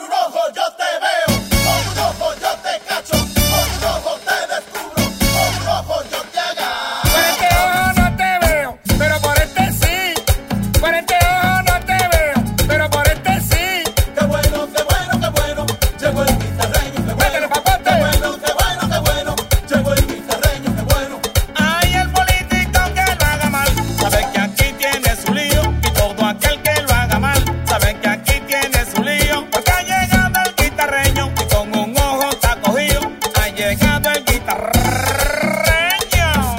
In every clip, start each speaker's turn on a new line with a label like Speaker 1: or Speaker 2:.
Speaker 1: un ojo yo te veo, con un ojo yo te cacho, con un ojo te descubro, con un ojo yo te agarro.
Speaker 2: Por este ojo no te veo, pero por este sí. Por este ojo no te veo, pero por este sí.
Speaker 1: Qué bueno, qué bueno, qué bueno, llegó el guitarreño, qué bueno,
Speaker 2: Métele, papote.
Speaker 1: qué bueno, qué bueno, qué bueno, llegó el guitarreño, qué bueno.
Speaker 2: Ay, el político que lo haga mal, sabe que aquí tiene su lío. Y todo aquel que lo haga mal, sabe que aquí tiene su lío. Porque ha llegado el guitarreño y con un ojo está cogido. Ha llegado el guitarreño.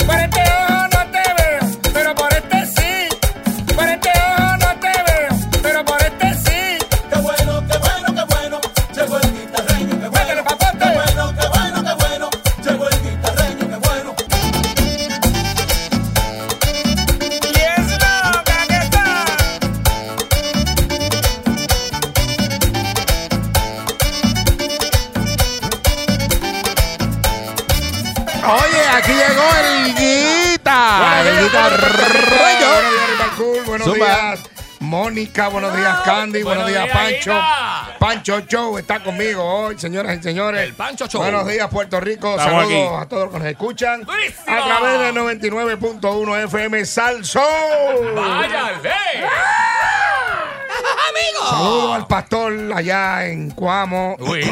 Speaker 2: Por este ojo no te veo, pero por este sí. Por este ojo no te veo, pero por este sí.
Speaker 1: Qué bueno, qué bueno, qué bueno, llegó el guitarreño, qué bueno.
Speaker 2: Métele, papote.
Speaker 1: Qué bueno, qué bueno, qué bueno, llegó el guitarreño, qué bueno.
Speaker 2: Y es loca que está.
Speaker 3: Oye, aquí llegó el guita. El guitarreño.
Speaker 4: Buenos
Speaker 3: Zumba.
Speaker 4: días, Mónica. Buenos días, Candy. Buenos, días, Pancho. Pancho Show está conmigo hoy, señoras y señores.
Speaker 5: El Pancho Show.
Speaker 4: Buenos días, Puerto Rico.
Speaker 5: Estamos
Speaker 4: Saludos
Speaker 5: aquí.
Speaker 4: a todos los que nos escuchan
Speaker 5: Durísimo.
Speaker 4: a través de 99.1 FM Salso.
Speaker 5: ¡Vaya, ve!
Speaker 4: Saludos al pastor allá en Cuamo,
Speaker 5: Uy,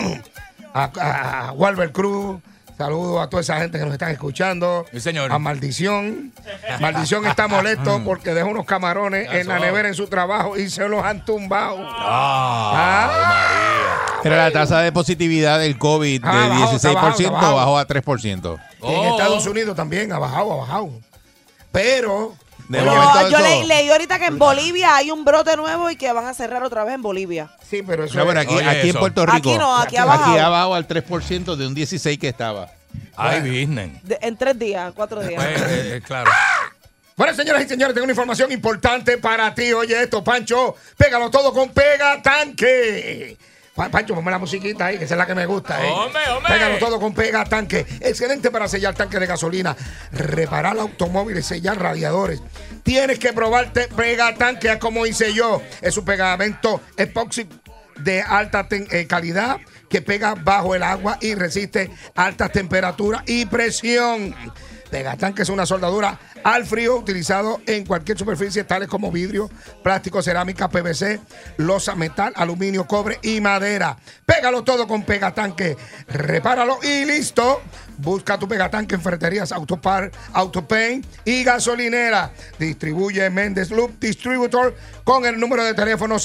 Speaker 4: a, a, a Walter Cruz. Saludos a toda esa gente que nos están escuchando.
Speaker 5: Sí, señor. Mm.
Speaker 4: A Maldición. Maldición está molesto porque dejó unos camarones en la
Speaker 5: Eso.
Speaker 4: nevera en su trabajo y se los han tumbado. Ah.
Speaker 3: Pero la tasa de positividad del COVID
Speaker 4: Ah,
Speaker 3: de
Speaker 4: bajó,
Speaker 3: 16%
Speaker 4: está
Speaker 3: bajó,
Speaker 4: bajado, está bajado.
Speaker 3: a 3%.
Speaker 4: Y En
Speaker 5: Oh.
Speaker 4: Estados Unidos también ha bajado, ha bajado. Pero
Speaker 3: De
Speaker 4: Oye,
Speaker 3: momento
Speaker 6: No, yo
Speaker 3: eso-
Speaker 6: le- leí ahorita que en Bolivia hay un brote nuevo y que van a cerrar otra vez en Bolivia.
Speaker 4: sí, pero eso
Speaker 3: No, pero aquí,
Speaker 5: Oye,
Speaker 3: aquí en
Speaker 5: eso.
Speaker 3: Puerto Rico.
Speaker 6: Aquí no, aquí ha
Speaker 3: Aquí
Speaker 6: bajado.
Speaker 3: ha bajado al 3% de un 16 que estaba.
Speaker 5: ¡Ay, business!
Speaker 6: De- en tres días, cuatro días.
Speaker 5: Eh, eh, eh, claro.
Speaker 4: Bueno, señoras y señores, tengo una información importante para ti. Oye, esto, Pancho, pégalo todo con pega tanque. Pa- Pancho, ponme la musiquita ahí, que esa es la que me gusta. eh.
Speaker 5: Hombre, hombre.
Speaker 4: Pégalo todo con pega tanque. Excelente para sellar tanque de gasolina, reparar automóviles, sellar radiadores. Tienes que probarte pega tanque, es como hice yo. Es un pegamento epoxi de alta ten- eh, calidad que pega bajo el agua y resiste altas temperaturas y presión. Pegatanque es una soldadura al frío utilizado en cualquier superficie, tales como vidrio, plástico, cerámica, PVC, losa, metal, aluminio, cobre y madera. Pégalo todo con Pegatanque. Repáralo y listo. Busca tu Pegatanque en ferreterías Autopar, Autopain y gasolinera. Distribuye Méndez Loop Distributor con el número de teléfono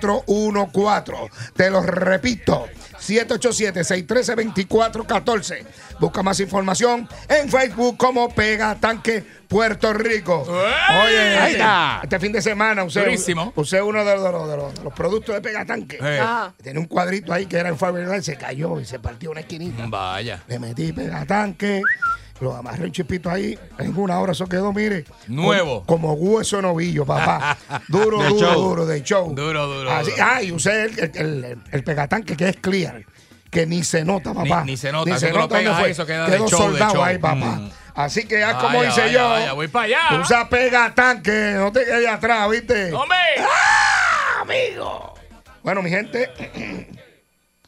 Speaker 4: 787-613-2414. Te lo repito, 787-613-2414. Busca más información en Facebook como Pega Tanque Puerto Rico. Oye, este,
Speaker 3: Ahí está.
Speaker 4: este fin de semana usé,
Speaker 5: Durísimo.
Speaker 4: usé uno de los, de los- de los- de los productos de Pega Tanque.
Speaker 5: Eh,
Speaker 6: Ajá.
Speaker 4: Tenía un cuadrito ahí que era en Faberlight, se cayó y se partió una esquinita.
Speaker 5: Vaya.
Speaker 4: Le metí pegatanque, lo amarré un chipito ahí. En una hora eso quedó, mire.
Speaker 5: Nuevo.
Speaker 4: Como, como hueso novillo, papá. Duro,
Speaker 3: De
Speaker 4: duro,
Speaker 3: show.
Speaker 4: duro, de show.
Speaker 5: Duro, duro,
Speaker 4: Así,
Speaker 5: duro.
Speaker 4: Ah, y usé el, el- el- el pegatanque que es clear, que ni se nota, papá.
Speaker 5: ni se nota, eso tú lo
Speaker 4: dónde
Speaker 5: pegas ahí,
Speaker 4: fue.
Speaker 5: eso queda de
Speaker 4: quedó
Speaker 5: show, de
Speaker 4: soldado
Speaker 5: show.
Speaker 4: ahí, papá.
Speaker 5: Mm.
Speaker 4: Así que haz
Speaker 5: Vaya,
Speaker 4: como hice
Speaker 5: vaya,
Speaker 4: yo.
Speaker 5: vaya, voy pa' allá.
Speaker 4: Usa pegatanque, no te quedes atrás, ¿viste? ¡Ah,
Speaker 5: ¡Hombre!
Speaker 4: Bueno, mi gente,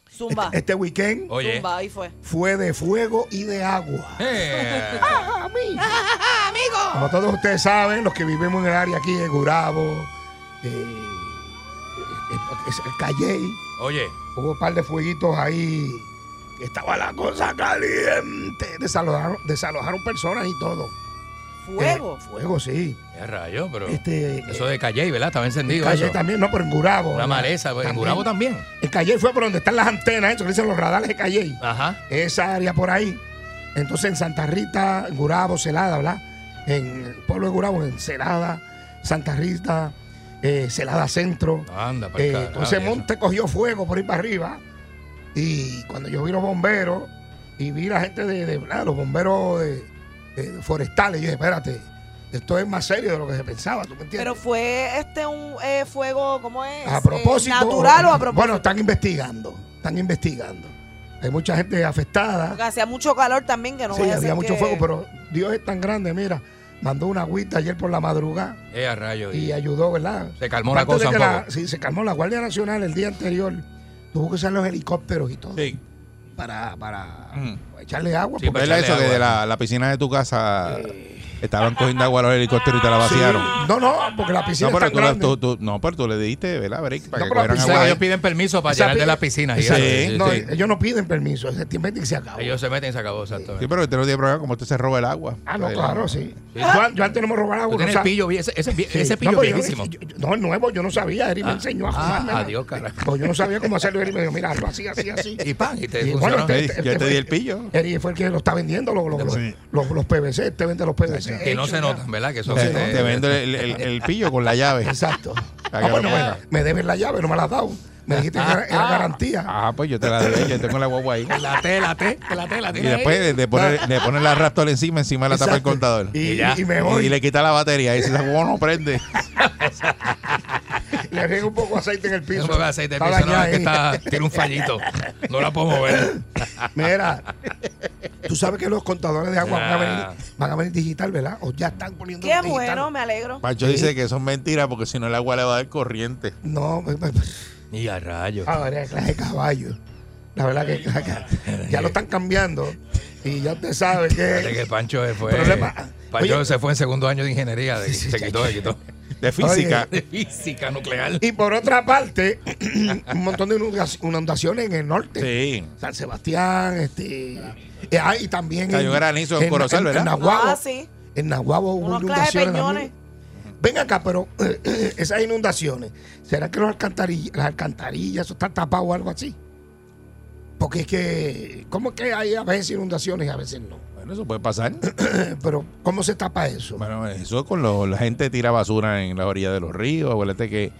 Speaker 6: Zumba.
Speaker 4: este weekend
Speaker 5: Oye.
Speaker 6: Zumba, ahí fue.
Speaker 4: fue de fuego y de agua. Ah,
Speaker 5: Eh,
Speaker 4: Como todos ustedes saben, los que vivimos en el área aquí de Gurabo, de, de- es el Calley,
Speaker 5: Oye.
Speaker 4: hubo un par de fueguitos ahí que estaba la cosa caliente. Desalojaron, desalojaron personas y todo.
Speaker 6: Fuego.
Speaker 4: Eh, fuego, sí.
Speaker 5: ¡Qué rayo, pero!
Speaker 4: Este,
Speaker 5: Eso de Calle, ¿verdad? Estaba encendido
Speaker 4: Calley
Speaker 5: eso.
Speaker 4: también, no, pero en Gurabo.
Speaker 5: Una maleza. pues, En Gurabo también.
Speaker 4: El Calley fue por donde están las antenas, eso que dicen los radares de Calley.
Speaker 5: Ajá.
Speaker 4: esa área por ahí. Entonces en Santa Rita, Gurabo, Celada, ¿verdad? En el pueblo de Gurabo, en Celada, Santa Rita, eh, Celada Centro.
Speaker 5: Anda, para
Speaker 4: Eh,
Speaker 5: ah,
Speaker 4: entonces Monte cogió fuego por ahí para arriba. Y cuando yo vi los bomberos y vi la gente de, de- ¿verdad? los bomberos de, de forestales, yo dije, espérate, esto es más serio de lo que se pensaba, ¿tú me entiendes?
Speaker 6: Pero fue este un eh, fuego, ¿cómo es?
Speaker 4: A propósito.
Speaker 6: Eh, natural o a propósito.
Speaker 4: Bueno, están investigando, están investigando. Hay mucha gente afectada.
Speaker 6: Porque hacía mucho calor también que no
Speaker 4: Sí,
Speaker 6: vaya a
Speaker 4: había
Speaker 6: ser
Speaker 4: mucho
Speaker 6: que-
Speaker 4: fuego, pero Dios es tan grande, mira. mandó una agüita ayer por la madrugada
Speaker 5: Eh, a rayos.
Speaker 4: y
Speaker 5: Y,
Speaker 4: ayudó, ¿verdad?
Speaker 5: Se calmó la
Speaker 4: Aparte de
Speaker 5: cosa
Speaker 4: que
Speaker 5: un
Speaker 4: la-
Speaker 5: poco.
Speaker 4: sí, se calmó. La Guardia Nacional el día anterior tuvo que usar los helicópteros y todo
Speaker 3: Sí.
Speaker 4: para, para
Speaker 5: Mm.
Speaker 4: echarle agua.
Speaker 5: Sí, eh.
Speaker 4: porque-
Speaker 3: ¿Verdad eso que
Speaker 5: agua.
Speaker 3: de la, la piscina de tu casa estaban cogiendo agua a los helicópteros y te la vaciaron?
Speaker 4: no, no, porque la piscina
Speaker 3: No, pero
Speaker 4: está
Speaker 3: tú, la-
Speaker 4: grande.
Speaker 3: tú- tú- no, pero tú le diste, ¿verdad? Break
Speaker 4: No,
Speaker 3: para
Speaker 4: pero la
Speaker 3: que cogieran
Speaker 4: piscina-
Speaker 3: agua.
Speaker 5: ellos piden permiso para
Speaker 4: Esa
Speaker 5: llegar de
Speaker 4: pi-
Speaker 5: la piscina. y
Speaker 4: Exacto.
Speaker 5: eso, sí,
Speaker 4: No,
Speaker 5: sí.
Speaker 4: Ellos no piden permiso, se tienden y se acabó.
Speaker 5: Ellos se meten y se acabó, exactamente.
Speaker 3: Sí, pero este no tiene problema como usted se roba el agua.
Speaker 4: Ah, no,
Speaker 3: Eh,
Speaker 4: claro, sí. Yo, an- yo antes no me robaba
Speaker 5: Tú
Speaker 4: agua.
Speaker 5: tienes
Speaker 4: no
Speaker 5: el
Speaker 4: sab-
Speaker 5: pillo, vie- ese, ese, vie-
Speaker 4: Sí.
Speaker 5: ese pillo
Speaker 4: no, pero yo-
Speaker 5: viejísimo.
Speaker 4: yo- yo- no, el nuevo, yo no sabía. Eri me enseñó a
Speaker 5: Ah,
Speaker 4: jugarme.
Speaker 5: adiós, carajo.
Speaker 4: Pues yo no sabía cómo hacerlo. Eri me dijo, mira, hazlo así, así, así.
Speaker 5: Y pan, y te
Speaker 4: Y
Speaker 5: funcionó.
Speaker 4: bueno, este,
Speaker 3: Ey, yo te di el pillo.
Speaker 4: Eri fue el que lo está vendiendo, los, los,
Speaker 3: Sí.
Speaker 4: los, los PVC. Este vende los PVC.
Speaker 5: que no se
Speaker 4: Hecho,
Speaker 5: notan, ¿verdad? Que son
Speaker 3: Te,
Speaker 5: este-
Speaker 3: te vendo el, el- el pillo con la llave.
Speaker 4: Exacto.
Speaker 3: Para
Speaker 4: Ah,
Speaker 3: que
Speaker 4: bueno,
Speaker 3: lo
Speaker 4: me,
Speaker 3: ponga.
Speaker 4: me debes la llave, no me la has dado. Me dijiste que era, era garantía.
Speaker 3: Ah, pues yo te la doy, yo tengo la guagua ahí.
Speaker 5: La T, la T, la T, la T.
Speaker 3: Y después de, de poner, de poner la Raptor encima, encima de la tapa del
Speaker 4: Exacto.
Speaker 3: contador.
Speaker 4: Y,
Speaker 3: Y,
Speaker 5: Y ya.
Speaker 4: y me voy.
Speaker 3: le quita la batería. Y si esa guagua no prende.
Speaker 4: Le riego un poco de aceite en el piso.
Speaker 5: Un poco de aceite
Speaker 4: Está
Speaker 5: de este piso, no,
Speaker 4: dañada
Speaker 5: es que
Speaker 4: ahí.
Speaker 5: está, tiene un fallito. No la puedo mover.
Speaker 4: Mira, tú sabes que los contadores de agua van, a
Speaker 5: Ah.
Speaker 4: venir, van a venir digital, ¿verdad? O ya están poniendo
Speaker 6: Qué
Speaker 4: digital.
Speaker 6: bueno, me alegro.
Speaker 3: Pancho dice que son mentiras porque si no el agua le va a dar corriente.
Speaker 4: No, me- me-
Speaker 5: Y a rayos.
Speaker 4: ahora es clase de caballo. La verdad que que- ya lo están cambiando. Y ya usted sabe
Speaker 5: Fíjate que
Speaker 4: que.
Speaker 5: Pancho se fue.
Speaker 4: Problema.
Speaker 5: Pancho
Speaker 4: Oye.
Speaker 5: se fue en segundo año de ingeniería. de- se quitó, se quitó.
Speaker 3: De física.
Speaker 5: De física nuclear.
Speaker 4: Y por otra parte, un montón de inundaci- inundaciones en el norte.
Speaker 3: Sí.
Speaker 4: San Sebastián, este. eh, ah, y también.
Speaker 3: Cayó granizo en Corozal, ¿verdad?
Speaker 4: En Nahuabo.
Speaker 6: Ah, sí.
Speaker 4: En Nahuabo hubo
Speaker 6: Unos clases de
Speaker 4: inundaciones.
Speaker 6: peñones.
Speaker 4: también. Ven acá, pero eh, esas inundaciones, ¿será que los alcantarillas, las alcantarillas, eso está tapado o algo así? Porque es que, ¿cómo es que hay a veces inundaciones y a veces no?
Speaker 3: Bueno, eso puede pasar.
Speaker 4: Pero, ¿cómo se tapa eso?
Speaker 3: Bueno, eso con lo- la gente tira basura en las orillas de los ríos. Acuérdate que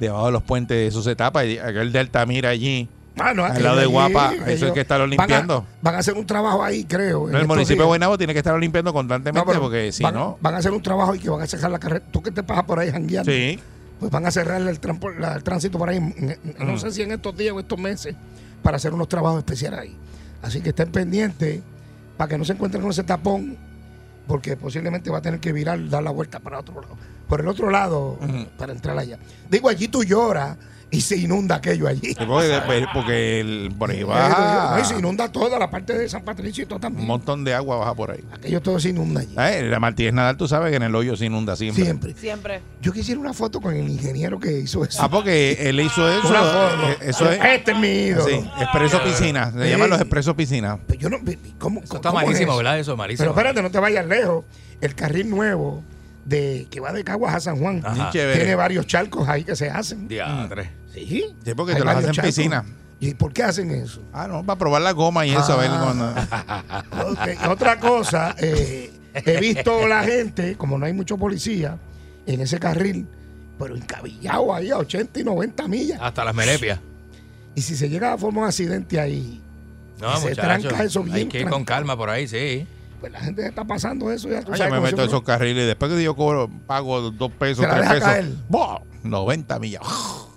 Speaker 3: debajo de los puentes eso se tapa. Y aquel de Altamira allí.
Speaker 4: Mano,
Speaker 3: al lado de
Speaker 4: allí,
Speaker 3: Guapa, eso es
Speaker 4: ellos
Speaker 3: que estarlo
Speaker 4: van a-
Speaker 3: limpiando.
Speaker 4: Van a, hacer un trabajo ahí, creo. en
Speaker 3: el
Speaker 4: estos
Speaker 3: municipio de
Speaker 4: días.
Speaker 3: Guaynabo tiene que estarlo limpiando
Speaker 4: Pues No,
Speaker 3: constantemente
Speaker 4: pero
Speaker 3: porque si
Speaker 4: van,
Speaker 3: no.
Speaker 4: Van a hacer un trabajo y que van a cerrar la carrera. ¿Tú qué te pasas por ahí jangueando?
Speaker 3: Sí.
Speaker 4: Pues van a cerrar el, trampo- la- el tránsito por ahí, en- en-
Speaker 3: Mm.
Speaker 4: no sé si en estos días o estos meses, para hacer unos trabajos especiales ahí. Así que estén pendientes para que no se encuentren con ese tapón, porque posiblemente va a tener que virar, dar la vuelta para otro lado. Por el otro lado, para entrar allá. Digo, allí tú lloras y se inunda aquello allí.
Speaker 3: Sí, Porque, porque el, por ahí
Speaker 4: No,
Speaker 3: baja
Speaker 4: y se inunda toda la parte de San Patricio y todo
Speaker 3: un
Speaker 4: también.
Speaker 3: montón de agua baja por ahí.
Speaker 4: Aquello todo se inunda allí.
Speaker 3: Ah, eh, La Martínez Nadal, tú sabes que en el hoyo se inunda siempre.
Speaker 4: Siempre.
Speaker 6: Siempre.
Speaker 4: Yo quisiera una foto con el ingeniero que hizo eso.
Speaker 3: Ah, porque él hizo eso.
Speaker 4: Una foto.
Speaker 3: eh, Eso es.
Speaker 4: Este es mi ídolo.
Speaker 3: Sí, expreso piscina. Se
Speaker 4: Sí.
Speaker 3: llaman los expresos piscina.
Speaker 4: Pero yo no. ¿cómo,
Speaker 5: Eso está
Speaker 4: cómo es
Speaker 5: malísimo,
Speaker 4: eso?
Speaker 5: ¿verdad? Eso, malísimo.
Speaker 4: Pero espérate, no te vayas lejos. El carril nuevo de que va de Caguas a San Juan
Speaker 5: Ajá.
Speaker 3: Chévere.
Speaker 4: tiene varios charcos ahí que se hacen.
Speaker 5: Diadre.
Speaker 4: Sí.
Speaker 3: Sí, porque
Speaker 4: Hay
Speaker 3: te los
Speaker 4: varios
Speaker 3: hacen
Speaker 4: charcos.
Speaker 3: piscina.
Speaker 4: ¿Y por qué hacen eso?
Speaker 3: Ah, no, para probar la goma y eso, a ver
Speaker 4: Ah.
Speaker 3: cuando-
Speaker 4: Ok, Otra cosa, eh, he visto la gente, como no hay mucho policía en ese carril, pero encabillado ahí a 80 y 90 millas.
Speaker 5: Hasta las merepias.
Speaker 4: Y si se llega a formar un accidente ahí,
Speaker 5: No,
Speaker 4: Se
Speaker 5: muchachos.
Speaker 4: tranca eso
Speaker 5: Hay
Speaker 4: bien
Speaker 5: que ir con calma por ahí, sí.
Speaker 4: pues la gente está pasando eso. Ya tú
Speaker 3: Ay, yo
Speaker 4: sabes
Speaker 3: me
Speaker 4: cómo
Speaker 3: meto en
Speaker 4: se-
Speaker 3: esos carriles y después que yo cobro, pago dos pesos,
Speaker 4: Te la
Speaker 3: tres
Speaker 4: deja
Speaker 3: pesos.
Speaker 4: caer.
Speaker 3: ¡buah! 90 millas. ¡oh!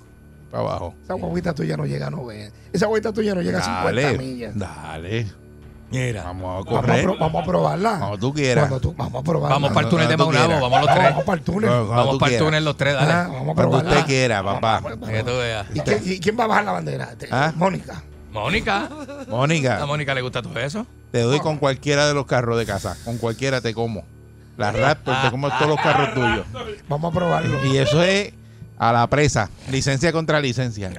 Speaker 3: Para abajo.
Speaker 4: Esa guaguita tuya no llega a 90. Esa guaguita tuya no llega a 50
Speaker 3: Dale.
Speaker 4: millas.
Speaker 3: Dale.
Speaker 5: Mira.
Speaker 3: Vamos a
Speaker 4: Vamos a,
Speaker 3: correr.
Speaker 4: pro- vamos a probarla.
Speaker 3: Cuando tú quieras.
Speaker 4: Cuando tú- vamos a probarla.
Speaker 5: Vamos para el túnel de
Speaker 3: Cuando tú
Speaker 5: Maunabo,
Speaker 3: quieras.
Speaker 5: vamos los
Speaker 4: No,
Speaker 5: tres.
Speaker 4: vamos para el túnel.
Speaker 3: No, cuando
Speaker 5: Vamos
Speaker 3: tú
Speaker 5: para el
Speaker 3: quieras.
Speaker 5: túnel los tres,
Speaker 4: Ah,
Speaker 5: dale.
Speaker 4: vamos a
Speaker 3: Cuando
Speaker 4: probarla.
Speaker 3: usted quiera, papá.
Speaker 5: Para que tú veas.
Speaker 4: ¿Y, quién, y quién va a bajar la bandera? Te-
Speaker 3: ¿Ah?
Speaker 4: Mónica.
Speaker 5: Mónica. A
Speaker 3: Mónica,
Speaker 5: Mónica le gusta todo eso.
Speaker 3: te doy con cualquiera de los carros de casa. Con cualquiera te como. La Raptor, te como todos los carros tuyos.
Speaker 4: Vamos a probarlo.
Speaker 3: Y eso es a la presa. Licencia contra licencia.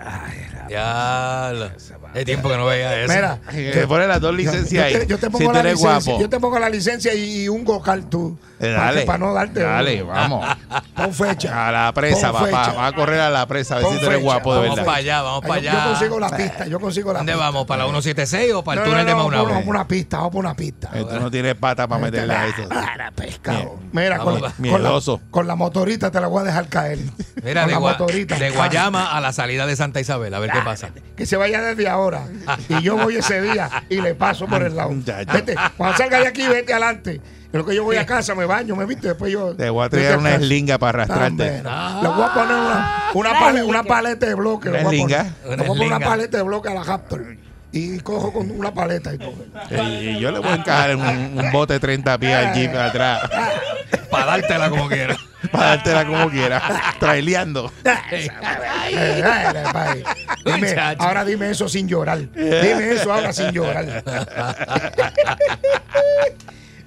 Speaker 5: Ya. lo- Es tiempo que no veía eso.
Speaker 4: Mira,
Speaker 3: Te pones las dos licencias ahí.
Speaker 4: yo te, yo te
Speaker 3: si
Speaker 4: pongo
Speaker 3: tú
Speaker 4: la
Speaker 3: eres
Speaker 4: licencia,
Speaker 3: guapo.
Speaker 4: yo te pongo la licencia y un go-kart tú.
Speaker 3: Eh,
Speaker 4: para,
Speaker 3: Dale.
Speaker 4: que- para no darte.
Speaker 3: Dale,
Speaker 4: un- ah,
Speaker 3: vamos.
Speaker 4: Pon fecha.
Speaker 3: A la presa,
Speaker 4: Pon
Speaker 3: papá.
Speaker 4: fecha.
Speaker 3: Vas a correr a la presa. A ver
Speaker 4: Pon
Speaker 3: si tú eres
Speaker 4: fecha.
Speaker 3: guapo de
Speaker 5: Vamos
Speaker 3: verdad.
Speaker 5: para allá, vamos
Speaker 4: Ay,
Speaker 5: para
Speaker 4: yo,
Speaker 5: allá.
Speaker 4: yo consigo la pista, yo consigo la
Speaker 5: ¿Dónde
Speaker 4: pista.
Speaker 5: vamos? ¿Para la 176 o para el
Speaker 4: No,
Speaker 5: túnel
Speaker 4: no, no,
Speaker 5: de Maunabo?
Speaker 4: Vamos por una pista, vamos por una pista.
Speaker 3: Eh, tú no tienes pata para meterle a eso.
Speaker 4: Para pescado. Mira,
Speaker 5: Vamos,
Speaker 4: con, la-
Speaker 5: va.
Speaker 4: con la-
Speaker 3: Miedoso.
Speaker 4: con la motorita te la voy a dejar caer.
Speaker 5: Mira,
Speaker 4: con
Speaker 5: de,
Speaker 4: la
Speaker 5: Gua-
Speaker 4: motorita.
Speaker 5: de Guayama a la salida de Santa Isabel, a ver qué pasa.
Speaker 4: que se vaya desde ahora. Y yo voy ese día y le paso por el lado.
Speaker 3: Muchacho.
Speaker 4: Vete, cuando salga de aquí, vete adelante. En lo que yo voy a casa, me baño, me viste, después yo.
Speaker 3: Te voy a traer una eslinga para
Speaker 4: Le
Speaker 3: arrastrarte.
Speaker 5: Ah.
Speaker 4: voy a poner una, una,
Speaker 6: La
Speaker 4: pale-
Speaker 6: eslinga.
Speaker 4: una paleta de bloque.
Speaker 3: Una
Speaker 4: le voy a
Speaker 3: eslinga.
Speaker 4: poner-
Speaker 5: Una
Speaker 4: Le voy a poner una
Speaker 5: eslinga.
Speaker 4: paleta de bloque a la Raptor. y cojo con una paleta y todo.
Speaker 3: Eh, Y yo le voy a encajar en un, un bote de 30 pies al jeep atrás
Speaker 5: Para dártela como quiera.
Speaker 3: para dártela como quiera, traileando.
Speaker 4: Eh, dale, pai. Dime,
Speaker 5: Muchacho.
Speaker 4: ahora dime eso sin llorar. Dime eso ahora sin llorar.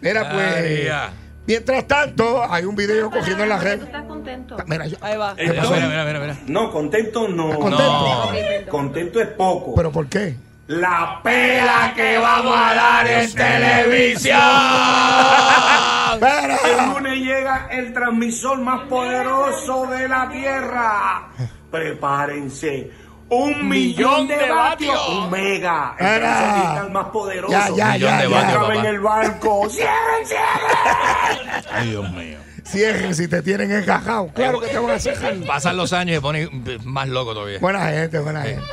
Speaker 4: Mira, pues.
Speaker 5: María.
Speaker 4: Mientras tanto, hay un video cogiendo en la red.
Speaker 7: ¿Estás contento?
Speaker 4: Mira, yo-
Speaker 6: Ahí va.
Speaker 4: ¿Qué pasó?
Speaker 5: Mira, mira, mira, mira.
Speaker 8: No, contento no.
Speaker 4: contento?
Speaker 5: No.
Speaker 8: Contento es poco.
Speaker 4: ¿Pero por qué?
Speaker 8: la pela que vamos a dar en televisión.
Speaker 4: Espera.
Speaker 8: El lunes llega el transmisor más poderoso de la tierra. Prepárense. Un millón de vatios. Un mega. El
Speaker 4: Era.
Speaker 8: transmisor más poderoso.
Speaker 4: Ya, ya,
Speaker 5: millón
Speaker 4: ya. ya.
Speaker 5: de vatios.
Speaker 8: Acaba en
Speaker 5: papá.
Speaker 8: el barco. ¡Cierren, cierren!
Speaker 3: Ay, Dios mío.
Speaker 4: Cierren si te tienen encajado. Claro que te van a cerrar.
Speaker 5: Pasan los años y se pone más loco todavía.
Speaker 4: Buena gente, buena gente.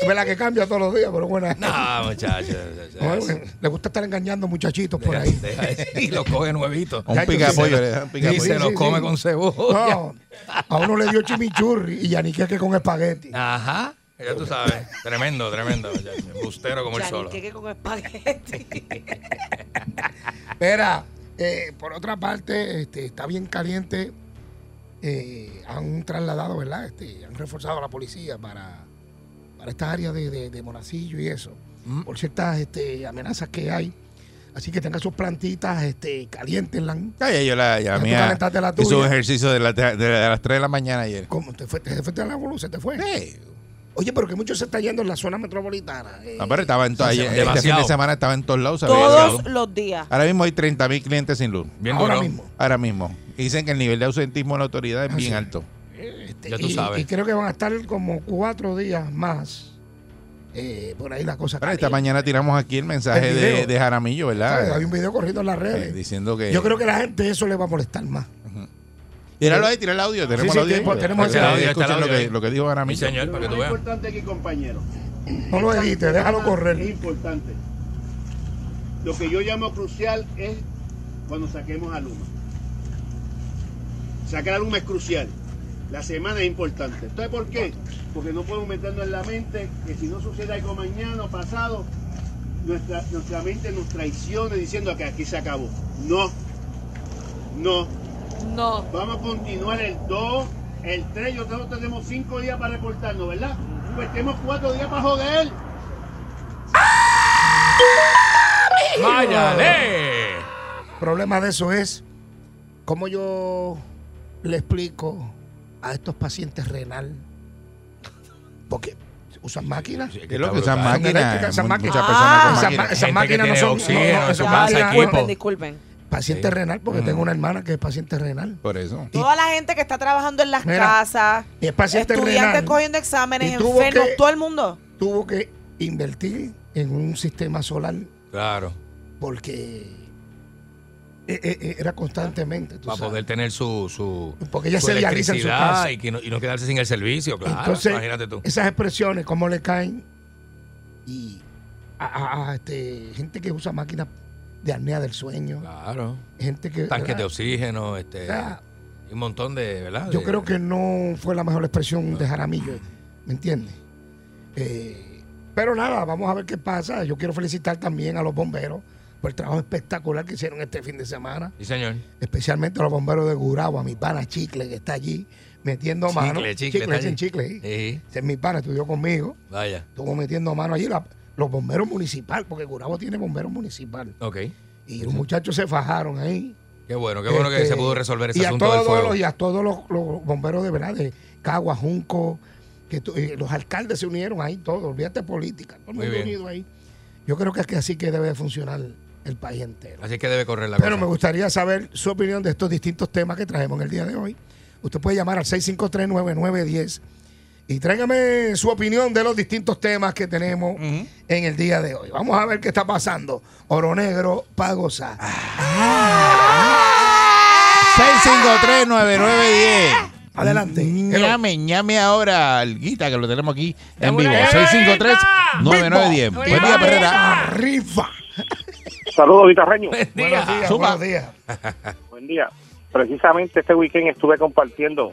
Speaker 4: Es verdad que cambia todos los días, pero buena gente.
Speaker 5: No, muchachos.
Speaker 4: Oye, Le gusta estar engañando muchachitos por ahí.
Speaker 5: Y los coge nuevitos.
Speaker 3: Un picapollo, le dan un
Speaker 5: pues, Y
Speaker 3: picapollo.
Speaker 5: se los
Speaker 4: sí,
Speaker 5: come
Speaker 4: sí.
Speaker 5: con cebolla.
Speaker 4: No, a uno le dio chimichurri y Yanique que con espagueti.
Speaker 5: Ajá. Ya tú sabes. Tremendo, tremendo. muchacho. Bustero como el solo.
Speaker 6: que con espagueti.
Speaker 4: Mira, eh, por otra parte, este, está bien caliente. eh, han trasladado, ¿verdad? Este, han reforzado a la policía para, para esta área de, de, de Monacillo y eso.
Speaker 5: Mm.
Speaker 4: Por ciertas este, amenazas que hay. Así que tengan sus plantitas este, calientenlas.
Speaker 3: Ay, ay, yo la llamé.
Speaker 4: tú
Speaker 3: a-
Speaker 4: calentaste la
Speaker 3: Hizo un
Speaker 4: tuya.
Speaker 3: ejercicio de, la- de- de las 3 de la mañana ayer.
Speaker 4: ¿Cómo? ¿Te fue, te fue te la bolu- se te fue?
Speaker 3: Sí.
Speaker 4: Oye, pero que mucho se está yendo en la zona metropolitana. eh.
Speaker 5: Ah,
Speaker 3: No, pero estaba en todo, ayer- este fin
Speaker 5: demasiado.
Speaker 3: de semana estaba en todos lados. se había
Speaker 6: Todos
Speaker 3: llegado.
Speaker 6: los días.
Speaker 3: Ahora mismo hay 30 mil clientes sin luz.
Speaker 5: Bien
Speaker 4: ahora
Speaker 5: duro.
Speaker 4: mismo.
Speaker 3: Ahora mismo. Y Dicen que el nivel de ausentismo en la autoridad
Speaker 4: Ah,
Speaker 3: es bien alto.
Speaker 4: Este,
Speaker 5: Ya tú
Speaker 4: y,
Speaker 5: sabes.
Speaker 4: y creo que van a estar como cuatro días más. eh, por ahí la cosa
Speaker 3: Ahora, esta
Speaker 4: caliente.
Speaker 3: mañana tiramos aquí el mensaje
Speaker 4: El
Speaker 3: de,
Speaker 4: video.
Speaker 3: de Jaramillo,
Speaker 4: ¿Sabes? Hay
Speaker 3: ¿verdad?
Speaker 4: un video corriendo en las redes.
Speaker 3: Eh, diciendo que.
Speaker 4: Yo creo que la gente eso le va a molestar más.
Speaker 3: Tíralo ahí, tira el audio. Tenemos
Speaker 4: sí,
Speaker 3: el audio.
Speaker 4: que- tenemos
Speaker 3: Escuchen
Speaker 4: el audio,
Speaker 3: escuchen
Speaker 5: está el
Speaker 3: lo,
Speaker 5: audio
Speaker 3: que,
Speaker 5: ahí.
Speaker 3: lo que dijo
Speaker 5: Mi
Speaker 3: Jaramillo.
Speaker 5: señor, para que tú veas.
Speaker 9: importante aquí, compañero.
Speaker 4: No lo edites, déjalo
Speaker 9: Es
Speaker 4: correr.
Speaker 9: importante. Lo que yo llamo crucial es cuando saquemos a Luma. Sacar a Luma es crucial. La semana es importante. ¿Sabes por qué? Porque no podemos meternos en la mente que si no sucede algo mañana o pasado, nuestra, nuestra mente nos traicione diciendo que aquí se acabó. No. No.
Speaker 6: No.
Speaker 9: Vamos a continuar el 2, el 3, yo creo que tenemos 5 días para reportarnos, ¿verdad? Pues tenemos 4 días para joder.
Speaker 5: ¡Váyale!
Speaker 4: El problema de eso es cómo yo le explico a estos pacientes renal. Porque usan máquinas.
Speaker 5: Sí,
Speaker 3: Es lo que usan
Speaker 5: Son
Speaker 3: máquinas.
Speaker 4: eléctricas, esas
Speaker 3: mu-
Speaker 4: máquinas.
Speaker 3: Muchas
Speaker 6: Ah,
Speaker 3: personas con
Speaker 4: esas
Speaker 3: máquinas.
Speaker 4: ma- esas
Speaker 5: Gente
Speaker 4: máquinas
Speaker 5: que
Speaker 4: no
Speaker 5: tiene
Speaker 4: son.
Speaker 5: oxígeno
Speaker 4: no, no,
Speaker 5: en
Speaker 4: esas
Speaker 5: su
Speaker 6: Ya,
Speaker 5: casa,
Speaker 4: máquinas-
Speaker 5: equipo. Mm.
Speaker 6: disculpen, disculpen.
Speaker 4: Paciente renal, porque tengo una hermana que es paciente renal.
Speaker 3: Por eso.
Speaker 6: Toda la gente que está trabajando en las
Speaker 4: Mira,
Speaker 6: casas,
Speaker 4: y es paciente
Speaker 6: estudiantes
Speaker 4: renal.
Speaker 6: cogiendo exámenes,
Speaker 4: Y tuvo
Speaker 6: enfermos,
Speaker 4: que-
Speaker 6: todo el mundo.
Speaker 4: Tuvo que invertir en un sistema solar
Speaker 5: Claro.
Speaker 4: porque eh, eh, eh, era constantemente. tú
Speaker 5: Para
Speaker 4: sabes.
Speaker 5: poder tener su, su,
Speaker 4: Porque ella
Speaker 5: su
Speaker 4: se dializa en su
Speaker 5: electricidad
Speaker 4: casa.
Speaker 5: y, que no, y no quedarse sin el servicio, claro.
Speaker 4: Entonces,
Speaker 5: imagínate tú.
Speaker 4: esas expresiones, cómo le caen y a, a- a, este, gente que usa máquinas de apnea del sueño,
Speaker 5: Claro.
Speaker 4: gente que...
Speaker 5: Tanques de
Speaker 4: ¿verdad?
Speaker 5: oxígeno, este.
Speaker 4: O sea,
Speaker 5: y un montón de, ¿verdad?
Speaker 4: Yo
Speaker 5: De-
Speaker 4: creo que no fue la mejor expresión de Jaramillo, ¿me entiendes? Eh, pero nada, vamos a ver qué pasa. Yo quiero felicitar también a los bomberos por el trabajo espectacular que hicieron este fin de semana,
Speaker 5: Sí, señor.
Speaker 4: especialmente a los bomberos de Gurabo, a mi pana Chicle que está allí metiendo mano.
Speaker 5: Chicle, chicle. está
Speaker 4: ese
Speaker 5: allí.
Speaker 4: chicle. ¿eh?
Speaker 5: Sí,
Speaker 4: Ese es mi pana, estudió conmigo.
Speaker 5: vaya.
Speaker 4: estuvo metiendo mano allí la- los bomberos municipales, porque Gurabo tiene bomberos municipales.
Speaker 5: Ok.
Speaker 4: Y los muchachos se fajaron ahí.
Speaker 5: Qué bueno, qué bueno que
Speaker 4: Este,
Speaker 5: se pudo resolver ese
Speaker 4: y a
Speaker 5: asunto
Speaker 4: todos
Speaker 5: del fuego.
Speaker 4: Los, y a todos los, los bomberos de verdad, de Cagua, Junco, que tu- eh, los alcaldes se unieron ahí, todos, olvídate política, todo el
Speaker 5: Muy
Speaker 4: mundo
Speaker 5: bien.
Speaker 4: unido ahí. Yo creo que es que así que debe de funcionar el país entero.
Speaker 5: Así que debe correr la
Speaker 4: Pero
Speaker 5: cosa.
Speaker 4: me gustaría saber su opinión de estos distintos temas que traemos en el día de hoy. Usted puede llamar al 653-9910 y tráigame su opinión de los distintos temas que tenemos en el día de hoy. Vamos a ver qué está pasando. Oro Negro para gozar.
Speaker 3: 653-9910.
Speaker 4: Adelante.
Speaker 3: Llame, llame ahora al Guita, que lo tenemos aquí en vivo.
Speaker 5: Seguro.
Speaker 3: 653-9910. Buen día, Perrera.
Speaker 4: Rifa.
Speaker 8: Saludos, guitarreño.
Speaker 4: Buenos días,
Speaker 3: Zumba.
Speaker 4: buenos días.
Speaker 8: Buen día. Precisamente este weekend estuve compartiendo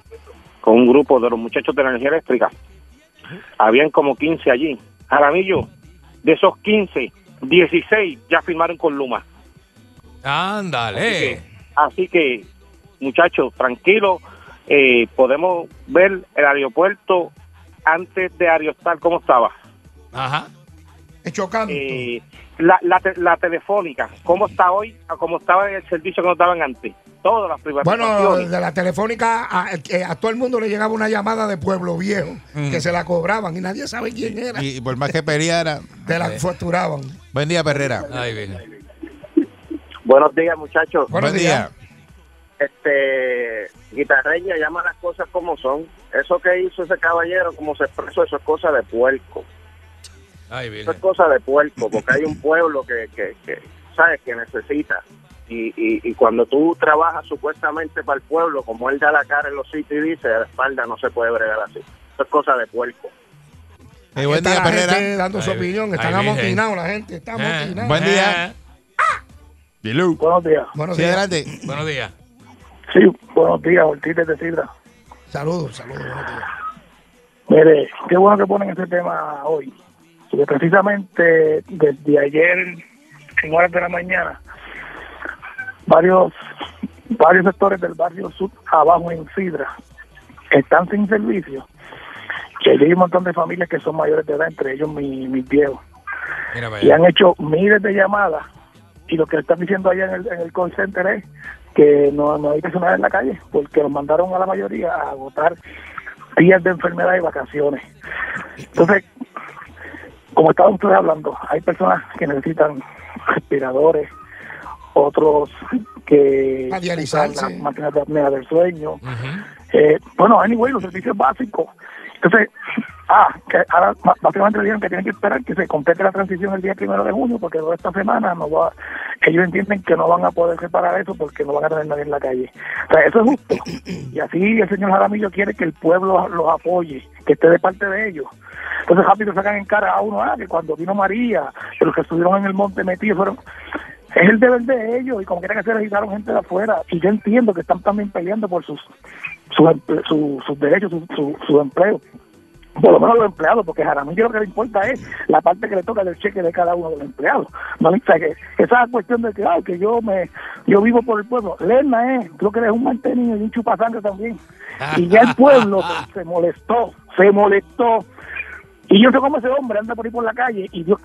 Speaker 8: con un grupo de los muchachos de la energía eléctrica. Habían como 15 allí. Jaramillo,
Speaker 7: De esos 15, 16 ya firmaron con Luma.
Speaker 5: Ándale.
Speaker 7: Así que, muchachos, tranquilos, eh, podemos ver el aeropuerto antes de Ariostar cómo estaba.
Speaker 5: Ajá.
Speaker 4: Chocando.
Speaker 7: Eh, la, la, te- la telefónica, cómo está hoy, a cómo estaba el servicio que nos daban antes. Todas las privatizaciones.
Speaker 4: Bueno, de la telefónica a, que a todo el mundo le llegaba una llamada de Pueblo Viejo
Speaker 3: Mm.
Speaker 4: que se la cobraban y nadie sabe quién era.
Speaker 3: Y, y por más que peleara. eh,
Speaker 4: Te la facturaban.
Speaker 3: Buen día, Perrera.
Speaker 5: Ay, bien.
Speaker 7: Buenos días, muchachos.
Speaker 4: Buenos
Speaker 3: Buen día. Eh,
Speaker 7: Este, guitarreña llama las cosas como son. Eso que hizo ese caballero, como se expresó, eso es cosa de puerco.
Speaker 5: Ay, bien.
Speaker 7: Eso es cosa de puerco, porque hay un pueblo que, que, que, sabes, que necesita. Y, y, y cuando tú trabajas supuestamente para el pueblo, como él da la cara en los sitios y dice, a la espalda no se puede bregar así. Eso es cosa de puerco.
Speaker 3: Eh, buen
Speaker 4: está
Speaker 3: día,
Speaker 4: la gente
Speaker 3: Perrera.
Speaker 4: dando su
Speaker 5: Ahí vi-
Speaker 4: opinión. Están
Speaker 5: ahí vi-
Speaker 4: amotinados la gente.
Speaker 3: Eh,
Speaker 4: Está
Speaker 5: Ah,
Speaker 4: amotinada.
Speaker 3: Buen día. Hello.
Speaker 7: Buenos días.
Speaker 4: Buenos
Speaker 3: Sí,
Speaker 4: días.
Speaker 3: adelante.
Speaker 5: Buenos días.
Speaker 7: Sí, buenos días, Ortiz de Sidra.
Speaker 4: Saludos, saludos. buenos días.
Speaker 7: Mire, qué bueno que ponen ese tema hoy. Porque precisamente desde ayer, en horas de la mañana, varios, varios sectores del barrio sur abajo en Sidra están sin servicio. Y allí hay un montón de familias que son mayores de edad, entre ellos mi- mis viejos.
Speaker 5: Mira para
Speaker 7: Y
Speaker 5: allá.
Speaker 7: han hecho miles de llamadas. Y lo que están diciendo allá en el, en el call center es que no, no hay personal en la calle, porque los mandaron a la mayoría a agotar días de enfermedad y vacaciones. Entonces, como estaban ustedes hablando, hay personas que necesitan respiradores, otros que
Speaker 4: A dializarse.
Speaker 7: usan las máquinas de apnea del sueño. Eh, bueno, anyway, los servicios básicos. Entonces, ah, que ahora ba- básicamente le dijeron que tienen que esperar que se complete la transición el día primero de junio, porque toda esta semana no va, ellos entienden que no van a poder separar eso porque no van a tener nadie en la calle. O sea, eso es justo. Y así el señor Jaramillo quiere que el pueblo los apoye, que esté de parte de ellos. Entonces rápido sacan en cara a uno, ah, que cuando vino María, que los que estuvieron en el monte metidos fueron... Es el deber de ellos y como quiera que se agitaron gente de afuera. Y yo entiendo que están también peleando por sus sus emple- su- sus derechos, su, su, su empleo. Por lo menos los empleados, porque Jaramillo lo que le importa es la parte que le toca del cheque de cada uno de los empleados. No le- o sea, que esa cuestión de que, ah, que yo me yo vivo por el pueblo. Lerna es, creo que eres un mantenido y un chupasangre también. Y ya el pueblo se- se molestó, se molestó. Y yo sé cómo ese hombre anda por ahí por la calle y Dios,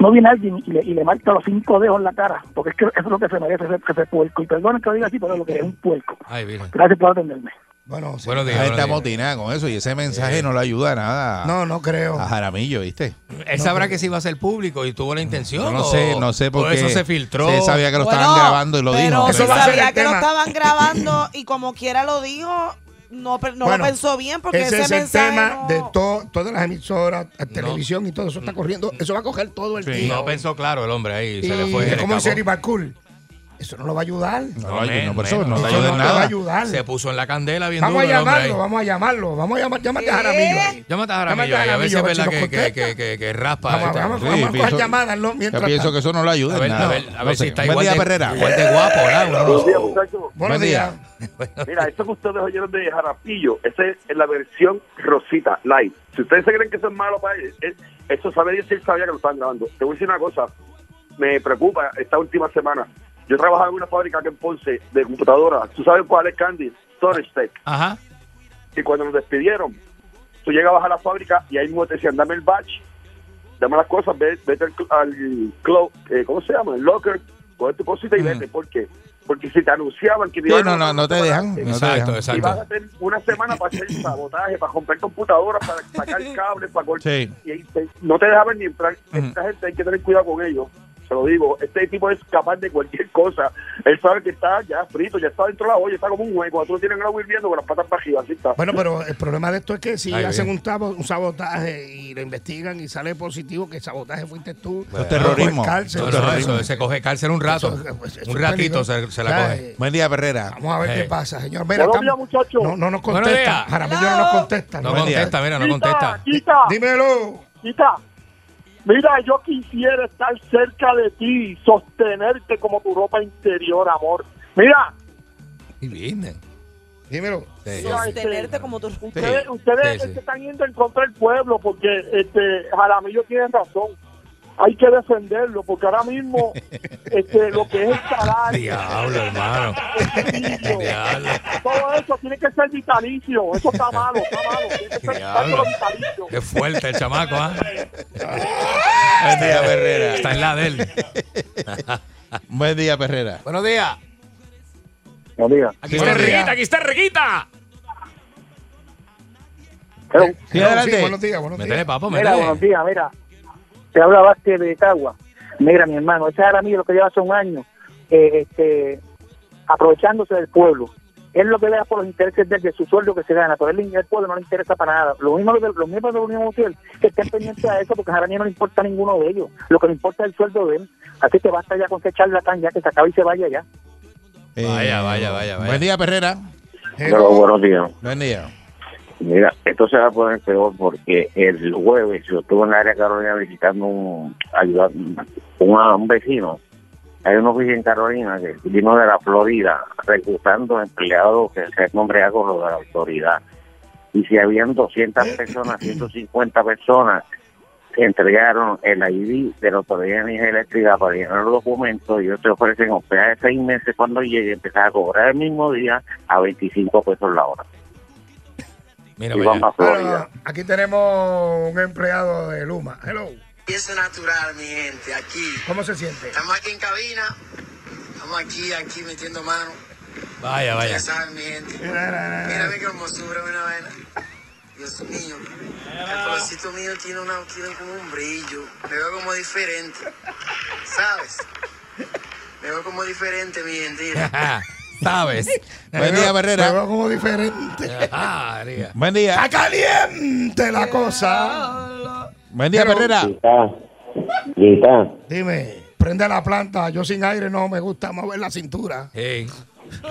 Speaker 7: no viene alguien y le, y le marca los cinco dedos en la cara, porque es que eso es lo que se merece ese, ese puerco. Y perdonen que lo diga así, pero es lo que es un puerco.
Speaker 5: Ay, bien.
Speaker 7: Gracias por atenderme.
Speaker 4: Bueno, sí.
Speaker 5: Buenos días.
Speaker 3: La gente
Speaker 5: buenos días.
Speaker 3: amotinada con eso y ese mensaje no le ayuda a nada.
Speaker 4: No, no creo.
Speaker 3: A Jaramillo, ¿viste?
Speaker 5: Él sabrá que se iba a hacer público y tuvo la intención.
Speaker 3: Yo no
Speaker 5: o-
Speaker 3: sé, no sé por
Speaker 5: o
Speaker 3: qué.
Speaker 5: eso se filtró.
Speaker 3: Se sabía que lo estaban
Speaker 6: Bueno,
Speaker 3: grabando y lo
Speaker 6: pero
Speaker 3: dijo.
Speaker 6: si
Speaker 4: Eso va a ser
Speaker 6: sabía
Speaker 4: el
Speaker 6: que lo
Speaker 4: tema.
Speaker 6: estaban grabando y como quiera lo dijo, no, pe- no
Speaker 4: Bueno,
Speaker 6: lo pensó bien porque ese,
Speaker 4: ese es el
Speaker 6: mensaje
Speaker 4: tema
Speaker 6: no-
Speaker 4: de to- todas las emisoras, la televisión y todo eso está corriendo. Eso va a coger todo el
Speaker 5: Mm. Sí,
Speaker 4: día.
Speaker 5: no pensó claro el hombre ahí.
Speaker 4: y
Speaker 5: se le fue. se le
Speaker 4: como dice
Speaker 5: escapó.
Speaker 4: Eric Barcool, eso no lo va a ayudar.
Speaker 3: No,
Speaker 5: No,
Speaker 3: no, ayuda,
Speaker 5: men,
Speaker 3: por eso
Speaker 5: men,
Speaker 3: no
Speaker 5: no.
Speaker 3: te
Speaker 4: eso
Speaker 3: ayuda en
Speaker 4: no te va a
Speaker 3: nada.
Speaker 4: ayudar.
Speaker 5: Se puso en la candela bien
Speaker 4: Vamos a
Speaker 5: duro el hombre ahí.
Speaker 4: llamarlo, vamos a llamarlo, vamos a llamar, llámate a Jaramillo. ahí.
Speaker 5: Llámate a Jaramillo
Speaker 4: Llámate
Speaker 5: ahí,
Speaker 4: a
Speaker 5: a ver si es
Speaker 4: Jaramillo, a ver si
Speaker 5: verdad que,
Speaker 4: nos
Speaker 5: que,
Speaker 4: contesta.
Speaker 5: que, que- que raspa.
Speaker 4: Vamos,
Speaker 5: esta.
Speaker 4: vamos,
Speaker 3: Sí,
Speaker 4: vamos a coger
Speaker 3: pienso-
Speaker 4: llamadas, ¿no?
Speaker 3: Yo
Speaker 4: mientras
Speaker 3: pienso
Speaker 4: tanto.
Speaker 3: que eso no le ayuda
Speaker 5: A ver,
Speaker 3: en nada.
Speaker 5: a ver, a
Speaker 3: No
Speaker 5: ver
Speaker 3: sé.
Speaker 5: si está
Speaker 3: Buen
Speaker 5: igual
Speaker 3: día,
Speaker 5: de,
Speaker 3: Perrera.
Speaker 5: igual de guapo, ¿verdad? Uno no-
Speaker 4: Buenos
Speaker 3: Buen día.
Speaker 4: días.
Speaker 7: Mira, esto que ustedes oyeron de Jarapillo, esa es la versión Rosita Live. Si ustedes se creen que eso es malo para ellos, es- eso sabe Dios si él sabía que lo estaban grabando. Te voy a decir una cosa, me preocupa esta última semana. Yo trabajaba en una fábrica que en Ponce de computadoras. ¿Tú sabes cuál es Candy? Storage Tech.
Speaker 5: Ajá.
Speaker 7: Y cuando nos despidieron, tú llegabas a la fábrica y ahí mismo te decían, dame el batch, dame las cosas, ve- vete al, cl- al clo- eh, ¿cómo se llama? El locker, coge tu cosita y
Speaker 3: Mm.
Speaker 7: vete. ¿Por qué? Porque si te anunciaban que te
Speaker 3: Sí,
Speaker 7: iban
Speaker 3: no,
Speaker 7: a-
Speaker 3: no, no te dejan. No te
Speaker 5: Exacto,
Speaker 3: dejan.
Speaker 7: y vas a
Speaker 5: exacto.
Speaker 7: tener una semana para hacer sabotaje, para comprar computadoras, para sacar cables, para cortar.
Speaker 3: Sí.
Speaker 7: Y ahí te- no te dejaban ni entrar. Esta gente hay que tener cuidado con ellos. Se lo digo, este tipo es capaz de cualquier cosa. Él sabe que está ya frito, ya está dentro de la olla, está como un hueco. Cuando tú lo tienes en el agua hirviendo con las patas para arriba, así está.
Speaker 4: Bueno, pero el problema de esto es que si
Speaker 5: Ahí
Speaker 4: hacen
Speaker 5: bien.
Speaker 4: un, tabo- un sabotaje y lo investigan y sale positivo que el sabotaje fuiste tú.
Speaker 3: Eso es terrorismo.
Speaker 4: Por cárcel.
Speaker 5: No,
Speaker 3: Eso
Speaker 5: no,
Speaker 3: es terrorismo.
Speaker 5: eso, se coge cárcel un rato.
Speaker 4: Eso- pues, eso es
Speaker 5: un ratito
Speaker 4: peligroso.
Speaker 5: se, se
Speaker 4: O
Speaker 5: la
Speaker 4: sea,
Speaker 5: coge.
Speaker 4: eh,
Speaker 3: Buen día, Perrera.
Speaker 4: Vamos a ver
Speaker 5: Eh.
Speaker 4: qué pasa, señor. Mira,
Speaker 7: Buenos
Speaker 4: estamos-
Speaker 7: días, muchachos.
Speaker 4: No, no nos
Speaker 5: Buenos
Speaker 4: contesta.
Speaker 5: días.
Speaker 4: Jaramillo no nos contesta.
Speaker 5: No
Speaker 3: Buen día.
Speaker 5: contesta, mira, no contesta.
Speaker 7: Quita,
Speaker 4: Dímelo.
Speaker 7: quita. Mira, yo quisiera estar cerca de ti y sostenerte como tu ropa interior, amor. Mira,
Speaker 5: Y viene.
Speaker 4: Dímelo.
Speaker 5: Sí,
Speaker 6: sostenerte como tú.
Speaker 7: Ustedes, ustedes
Speaker 5: sí, sí.
Speaker 7: están yendo en contra del pueblo porque este Jaramillo tiene razón. hay que defenderlo, porque ahora mismo este, lo que es el salario,
Speaker 5: Diablo, hermano. Diablo.
Speaker 7: todo eso tiene que ser vitalicio, eso está malo, está malo, tiene que ser
Speaker 5: Diablo.
Speaker 7: vitalicio.
Speaker 5: Qué fuerte el chamaco, ¿ah? Buen día, Herrera. Está en la de él.
Speaker 3: Buen día, Perrera.
Speaker 10: Buenos días.
Speaker 3: Sí,
Speaker 10: Aquí está
Speaker 3: buenos días.
Speaker 10: Reguita, aquí está Reguita.
Speaker 3: Sí, adelante.
Speaker 4: buenos días, buenos días.
Speaker 5: Métele, papo,
Speaker 11: Mira,
Speaker 5: métele.
Speaker 11: buenos días, mira. Te habla Vázquez de Cagua. Mira, mi hermano, ese Aramillo lo que lleva hace un año, eh, este, aprovechándose del pueblo. Él lo que le da por los intereses del- de su sueldo que se gana, pero él el pueblo no le interesa para nada. Lo mismo de los miembros de la Unión Mundial, que estén pendientes a eso, porque a Aramillo no le importa a ninguno de ellos. Lo que le importa es el sueldo de él. Así que basta ya con ese charlatán ya, que se acabe y se vaya ya.
Speaker 5: Vaya, vaya, vaya, vaya.
Speaker 3: Eh, Buen día, Perrera.
Speaker 12: Pero buenos días.
Speaker 3: Buen día.
Speaker 12: Mira, esto se va a poner peor porque el jueves yo estuve en la área de Carolina visitando un, ayuda- un, un vecino. Hay un oficio en Carolina que vino de la Florida reclutando empleados que se nombrea con lo de la autoridad. Y si habían 200 personas, 150 personas, entregaron el ID de la Autoridad de Energía Eléctrica para llenar los documentos y ellos te ofrecen hospedaje de seis meses cuando llegue empezar a cobrar el mismo día a 25 pesos la hora.
Speaker 5: Mira,
Speaker 12: Y van para Florida.
Speaker 4: Bueno, aquí tenemos un empleado de Luma. Hello.
Speaker 13: Eso natural, mi gente, aquí.
Speaker 4: ¿Cómo se siente?
Speaker 13: Estamos aquí en cabina. Estamos aquí, aquí metiendo mano.
Speaker 5: Vaya, vaya.
Speaker 13: Ya saben, mi gente. Mírame qué hermosura, una vaina. Dios mío. El colorcito mío tiene, una, tiene como un brillo. Me veo como diferente. ¿Sabes? Me veo como diferente, mi gente. mira.
Speaker 5: ¿Sabes?
Speaker 3: Buen día, Perrera.
Speaker 4: Me veo como diferente.
Speaker 5: Ah, María.
Speaker 3: Buen día.
Speaker 4: ¡Está caliente la cosa!
Speaker 3: Buen día,
Speaker 4: Pero-
Speaker 3: Perrera.
Speaker 4: Dime, prende la planta. Yo sin aire no me gusta mover la cintura.
Speaker 3: Eh,
Speaker 5: Hey.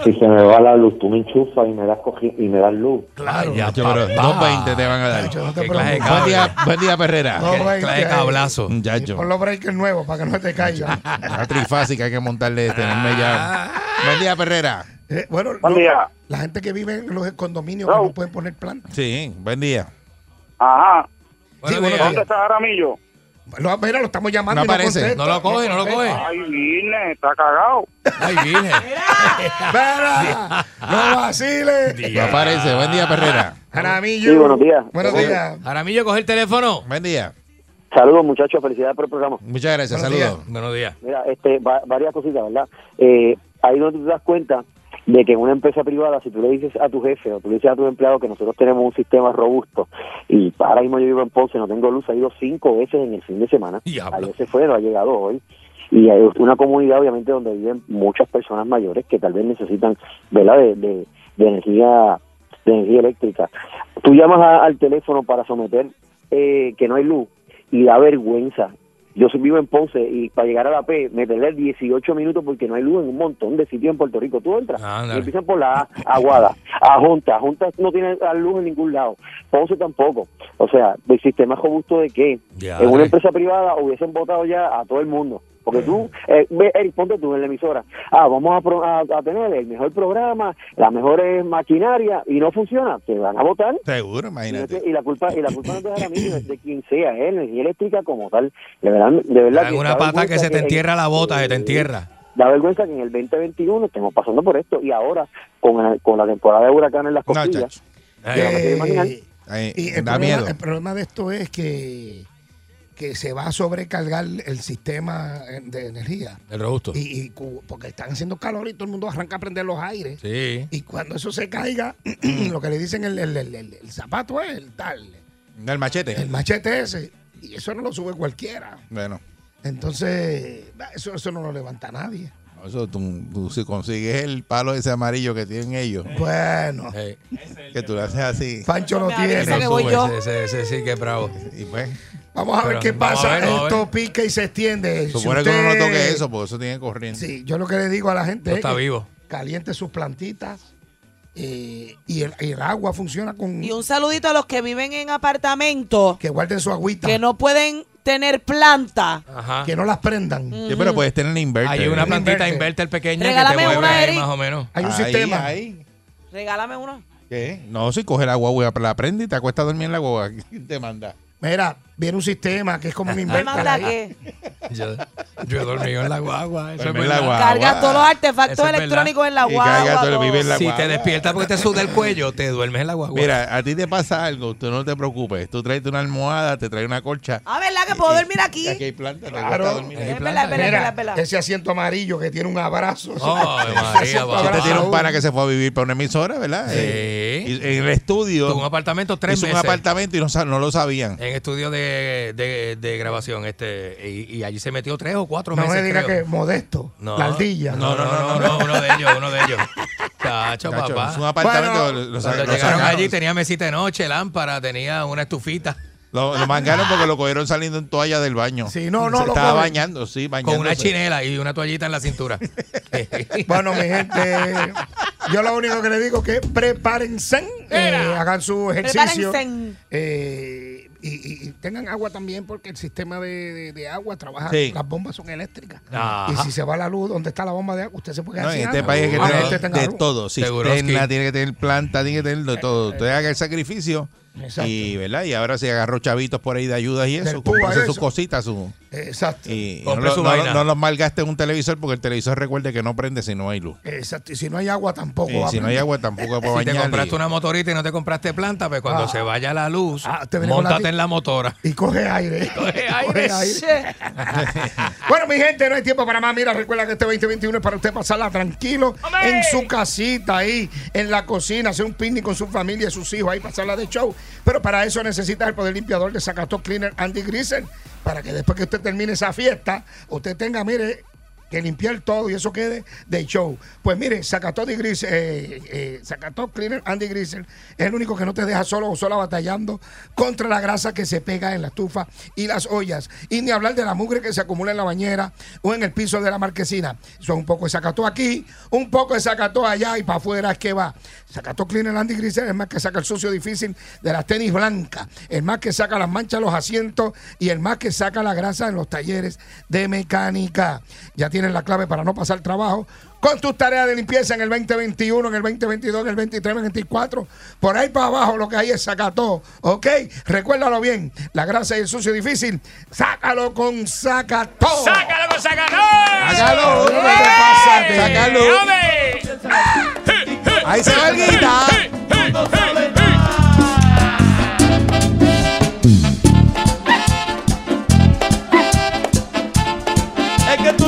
Speaker 14: Si se me va la luz, tú me enchufas y me das, cogi- y me das luz.
Speaker 5: Claro.
Speaker 3: Yo creo, 220 te van a dar.
Speaker 4: Nacho, no te
Speaker 3: Qué clase de
Speaker 4: preocupes.
Speaker 3: cable. buen, día, buen día, Perrera.
Speaker 4: No,
Speaker 3: Qué
Speaker 4: güey,
Speaker 3: clase de
Speaker 4: ya,
Speaker 3: cablazo.
Speaker 4: Por
Speaker 3: Muchacho.
Speaker 4: Pon los breakers nuevos para que no te caigan.
Speaker 3: La trifásica hay que montarle, este tenerme ya. Buen día, Perrera.
Speaker 4: Eh, bueno,
Speaker 3: Buen
Speaker 4: no,
Speaker 3: día.
Speaker 4: la gente que vive en los condominios que no pueden poner planta.
Speaker 3: Sí, buen día.
Speaker 12: Ajá.
Speaker 4: Sí, buenos días.
Speaker 15: ¿Dónde está Aramillo?
Speaker 4: Lo, mira, lo estamos llamando.
Speaker 3: No
Speaker 4: y
Speaker 3: aparece,
Speaker 4: contesta.
Speaker 3: no lo coge, no lo coge.
Speaker 15: Ay, Virgen, está cagado.
Speaker 5: Ay, virgen.
Speaker 4: Espera, no vaciles.
Speaker 3: No aparece. Buen día, Perrera.
Speaker 4: Jaramillo.
Speaker 3: Sí, buenos días.
Speaker 4: Buenos
Speaker 3: Buenos
Speaker 4: días.
Speaker 10: Aramillo, coge el teléfono.
Speaker 3: Buen día.
Speaker 14: Saludos, muchachos. Felicidades por el programa.
Speaker 3: Muchas gracias, saludos.
Speaker 5: Buenos días.
Speaker 14: Mira, este, va- varias cositas, ¿verdad? Eh, ahí donde tú te das cuenta de que en una empresa privada, si tú le dices a tu jefe o tú le dices a tu empleado que nosotros tenemos un sistema robusto y ahora mismo yo vivo en Ponce, no tengo luz, ha ido cinco veces en el fin de semana. Ayer se fue, no ha llegado hoy. Y hay una comunidad, obviamente, donde viven muchas personas mayores que tal vez necesitan, ¿verdad?, de, de- de energía de energía eléctrica. Tú llamas a- al teléfono para someter eh, que no hay luz y da vergüenza. Yo soy- vivo en Ponce y para llegar a la P me tardé 18 minutos porque no hay luz en un montón de sitios en Puerto Rico. Tú entras
Speaker 5: Ándale.
Speaker 14: y empiezan por la A, Aguada, a Junta. Junta no tiene la luz en ningún lado. Ponce tampoco. O sea, del sistema robusto de qué?
Speaker 5: Ya,
Speaker 14: en una
Speaker 5: eh.
Speaker 14: empresa privada hubiesen votado ya a todo el mundo. Porque tú, eh, ve, Eric, ponte tú en la emisora. Ah, vamos a, pro- a- a tener el mejor programa, las mejores maquinarias y no funciona. Te van a votar.
Speaker 3: Seguro,
Speaker 14: Y,
Speaker 3: imagínate.
Speaker 14: no es que- y la culpa, y la culpa no es de Jaramillo, es de quien sea, ¿eh? energía eléctrica como tal. De verdad, de verdad.
Speaker 5: En
Speaker 14: que
Speaker 5: una
Speaker 14: da
Speaker 5: pata
Speaker 14: vergüenza
Speaker 5: que se te
Speaker 14: en-
Speaker 5: entierra la bota, se te entierra.
Speaker 14: Da vergüenza que en el 2021 estemos pasando por esto y ahora con, la- con la temporada de huracanes en las costillas. yo no me quiero imaginar.
Speaker 3: Ay,
Speaker 4: Y Eh, el,
Speaker 3: da
Speaker 4: problema,
Speaker 3: miedo.
Speaker 4: el problema de esto es que, que se va a sobrecargar el sistema de energía.
Speaker 5: El robusto.
Speaker 4: Y, y cu- porque están haciendo calor y todo el mundo arranca a prender los aires.
Speaker 5: Sí.
Speaker 4: Y cuando eso se caiga, lo que le dicen el, el- el- el- el zapato es el tal,
Speaker 3: El machete.
Speaker 4: el machete ese. Y eso no lo sube cualquiera.
Speaker 3: Bueno,
Speaker 4: Entonces, eso, eso no lo levanta nadie.
Speaker 3: eso tú, tú si consigues el palo ese amarillo que tienen ellos.
Speaker 4: Bueno.
Speaker 5: Eh.
Speaker 3: Sí. Que tú lo haces así.
Speaker 4: Pancho lo tiene.
Speaker 3: Eso
Speaker 4: Que voy
Speaker 3: sube,
Speaker 4: yo.
Speaker 3: ese-
Speaker 5: Ese, ese sí que es bravo.
Speaker 3: Y pues,
Speaker 4: Vamos a
Speaker 3: Pero
Speaker 4: ver qué
Speaker 3: vamos a
Speaker 4: pasa.
Speaker 3: ver, vamos a
Speaker 4: Esto pica y se extiende. Si
Speaker 3: supone que uno no
Speaker 4: usted-
Speaker 3: toque eso, porque eso tiene corriente.
Speaker 4: Sí, yo lo que le digo a la gente
Speaker 3: No
Speaker 4: es
Speaker 3: está
Speaker 4: que
Speaker 3: vivo.
Speaker 4: caliente sus plantitas eh, y, el, y el agua funciona con...
Speaker 6: Y un saludito a los que viven en apartamentos.
Speaker 4: Que guarden su agüita.
Speaker 6: Que no pueden tener planta.
Speaker 5: Ajá.
Speaker 4: Que no las prendan.
Speaker 6: Mm.
Speaker 3: Sí, pero puedes tener el inverter.
Speaker 5: Hay una
Speaker 3: El
Speaker 5: plantita
Speaker 3: inverter.
Speaker 5: inverter pequeña que
Speaker 6: Regálame
Speaker 5: te mueve
Speaker 6: una,
Speaker 5: ahí
Speaker 6: Eric.
Speaker 5: más o menos.
Speaker 4: Hay un
Speaker 3: Ahí,
Speaker 4: sistema.
Speaker 3: ahí.
Speaker 6: Regálame una.
Speaker 3: ¿Qué? No, si coge la guagua, la prende y te acuesta a dormir en la guagua. ¿Quién te manda?
Speaker 4: Mira, viene un sistema que es como un
Speaker 6: Me
Speaker 4: invento.
Speaker 6: manda qué.
Speaker 5: Yo, yo he dormido en la guagua. Eso es
Speaker 3: Duerme en
Speaker 5: verdad.
Speaker 3: la guagua.
Speaker 6: Carga todos los artefactos
Speaker 5: Eso es verdad.
Speaker 6: electrónicos en la
Speaker 3: Y carga
Speaker 6: guagua.
Speaker 3: todo el vive en la
Speaker 5: si
Speaker 3: guagua.
Speaker 5: te despiertas porque te suda el cuello, te duermes en la guagua.
Speaker 3: Mira, a ti te pasa algo, tú no te preocupes. Tú traes una almohada, te traes una colcha.
Speaker 6: Ah, ¿verdad que puedo dormir aquí?
Speaker 3: Aquí hay planta, te
Speaker 4: Claro.
Speaker 3: gusta dormir.
Speaker 6: Es verdad, es verdad, es verdad, es verdad.
Speaker 4: Ese asiento amarillo que tiene un abrazo.
Speaker 5: Oh,
Speaker 4: Ese
Speaker 5: María,
Speaker 4: asiento
Speaker 5: papá.
Speaker 3: Usted
Speaker 4: abrazo.
Speaker 3: tiene un pana que se fue a vivir para una emisora, ¿verdad?
Speaker 5: Sí.
Speaker 3: Eh, y- en el estudio.
Speaker 5: Tuvo un apartamento tres
Speaker 3: hizo un
Speaker 5: meses.
Speaker 3: apartamento y no, sa- no lo sabían.
Speaker 5: En estudio de, de, de grabación, este, y, y allí se metió tres o cuatro
Speaker 4: No
Speaker 5: meses.
Speaker 4: me diga
Speaker 5: creo.
Speaker 4: que modesto.
Speaker 5: No.
Speaker 4: La ardilla.
Speaker 5: No, no, no, no, no, uno de ellos, uno de ellos. Chacho,
Speaker 3: Chacho,
Speaker 5: papá.
Speaker 3: es un apartamento.
Speaker 5: Bueno,
Speaker 3: lo,
Speaker 5: cuando
Speaker 3: sacaron, lo,
Speaker 5: llegaron
Speaker 3: sacaron.
Speaker 5: allí tenía mesita de noche, lámpara, tenía una estufita
Speaker 3: Lo- lo mangaron porque lo cogieron saliendo en toalla del baño.
Speaker 4: Sí, no, no,
Speaker 3: Se
Speaker 4: lo
Speaker 3: estaba
Speaker 4: cogen.
Speaker 3: bañando, sí, bañando.
Speaker 5: con una chinela y una toallita en la cintura.
Speaker 4: Bueno, mi gente, yo lo único que le digo es que prepárense, eh,
Speaker 6: Era.
Speaker 4: hagan su ejercicio.
Speaker 6: Prepárense.
Speaker 4: eh, y, y- y tengan agua también porque el sistema de, de- de agua trabaja,
Speaker 3: Sí. Ah.
Speaker 4: las bombas son eléctricas.
Speaker 5: Ajá.
Speaker 4: Y si se va la luz, ¿dónde está la bomba de agua? Usted se puede
Speaker 3: No,
Speaker 4: quedar
Speaker 3: en
Speaker 4: sin
Speaker 3: este
Speaker 4: agua.
Speaker 3: país hay que
Speaker 4: Ah,
Speaker 3: tener
Speaker 4: usted tenga
Speaker 3: de
Speaker 4: luz.
Speaker 3: todo. Cisterna,
Speaker 5: Seguroski.
Speaker 3: tiene que tener planta, tiene que tener de todo. Usted haga el sacrificio.
Speaker 4: Eh, Exacto.
Speaker 3: Y, ¿verdad? y ahora se agarró chavitos por ahí de ayudas y
Speaker 4: Del
Speaker 3: eso.
Speaker 4: púa
Speaker 3: Comprese
Speaker 4: eso.
Speaker 3: sus cositas. Su,
Speaker 4: Exacto.
Speaker 3: y no,
Speaker 5: Compre
Speaker 3: lo-
Speaker 5: su
Speaker 3: no-
Speaker 5: vaina.
Speaker 3: no los malgaste en un televisor porque el televisor recuerde que no prende si no hay luz.
Speaker 4: Exacto. Y si no hay agua tampoco.
Speaker 3: Y
Speaker 4: va a
Speaker 3: si no hay
Speaker 4: prender.
Speaker 3: agua tampoco puede
Speaker 5: Si
Speaker 3: bañar.
Speaker 5: te
Speaker 3: y-
Speaker 5: compraste una motorita y no te compraste planta, pues cuando
Speaker 4: Ah.
Speaker 5: se vaya la luz,
Speaker 4: Ah, te viene con la
Speaker 5: montate
Speaker 4: ti-
Speaker 5: en la motora.
Speaker 4: Y coge aire.
Speaker 5: Coge aire.
Speaker 4: bueno, mi gente, no hay tiempo para más. Mira, recuerda que este 2021 es para usted pasarla tranquilo en su casita, ahí, en la cocina, hacer un picnic con su familia y sus hijos, ahí pasarla de show. Pero para eso necesitas el poder limpiador de Zacató Cleaner Andy Grisen, para que después que usted termine esa fiesta, usted tenga, mire, que limpiar todo y eso quede de show. Pues mire, Zacató de Gris, eh, eh, Zacató Cleaner Andy Grisel es el único que no te deja solo o sola batallando contra la grasa que se pega en la estufa y las ollas. Y ni hablar de la mugre que se acumula en la bañera o en el piso de la marquesina. Eso es un poco de Zacató aquí, un poco de Zacató allá y para afuera es que va. Zacató Cleaner Andy Grisel es más que saca el sucio difícil de las tenis blancas, el más que saca las manchas de los asientos y el más que saca la grasa en los talleres de mecánica. Ya tienes la clave para no pasar trabajo con tus tareas de limpieza en el 2021, en el 2022, en el 23, 24. Por ahí para abajo lo que hay es sacató, ¿ok? Recuérdalo bien, la grasa y el sucio difícil, sácalo con sacató.
Speaker 10: ¡Sácalo con sacanón!
Speaker 4: Sácalo, no te pasaste.
Speaker 3: Sácalo. Ahí se va el guita.
Speaker 16: Es que tú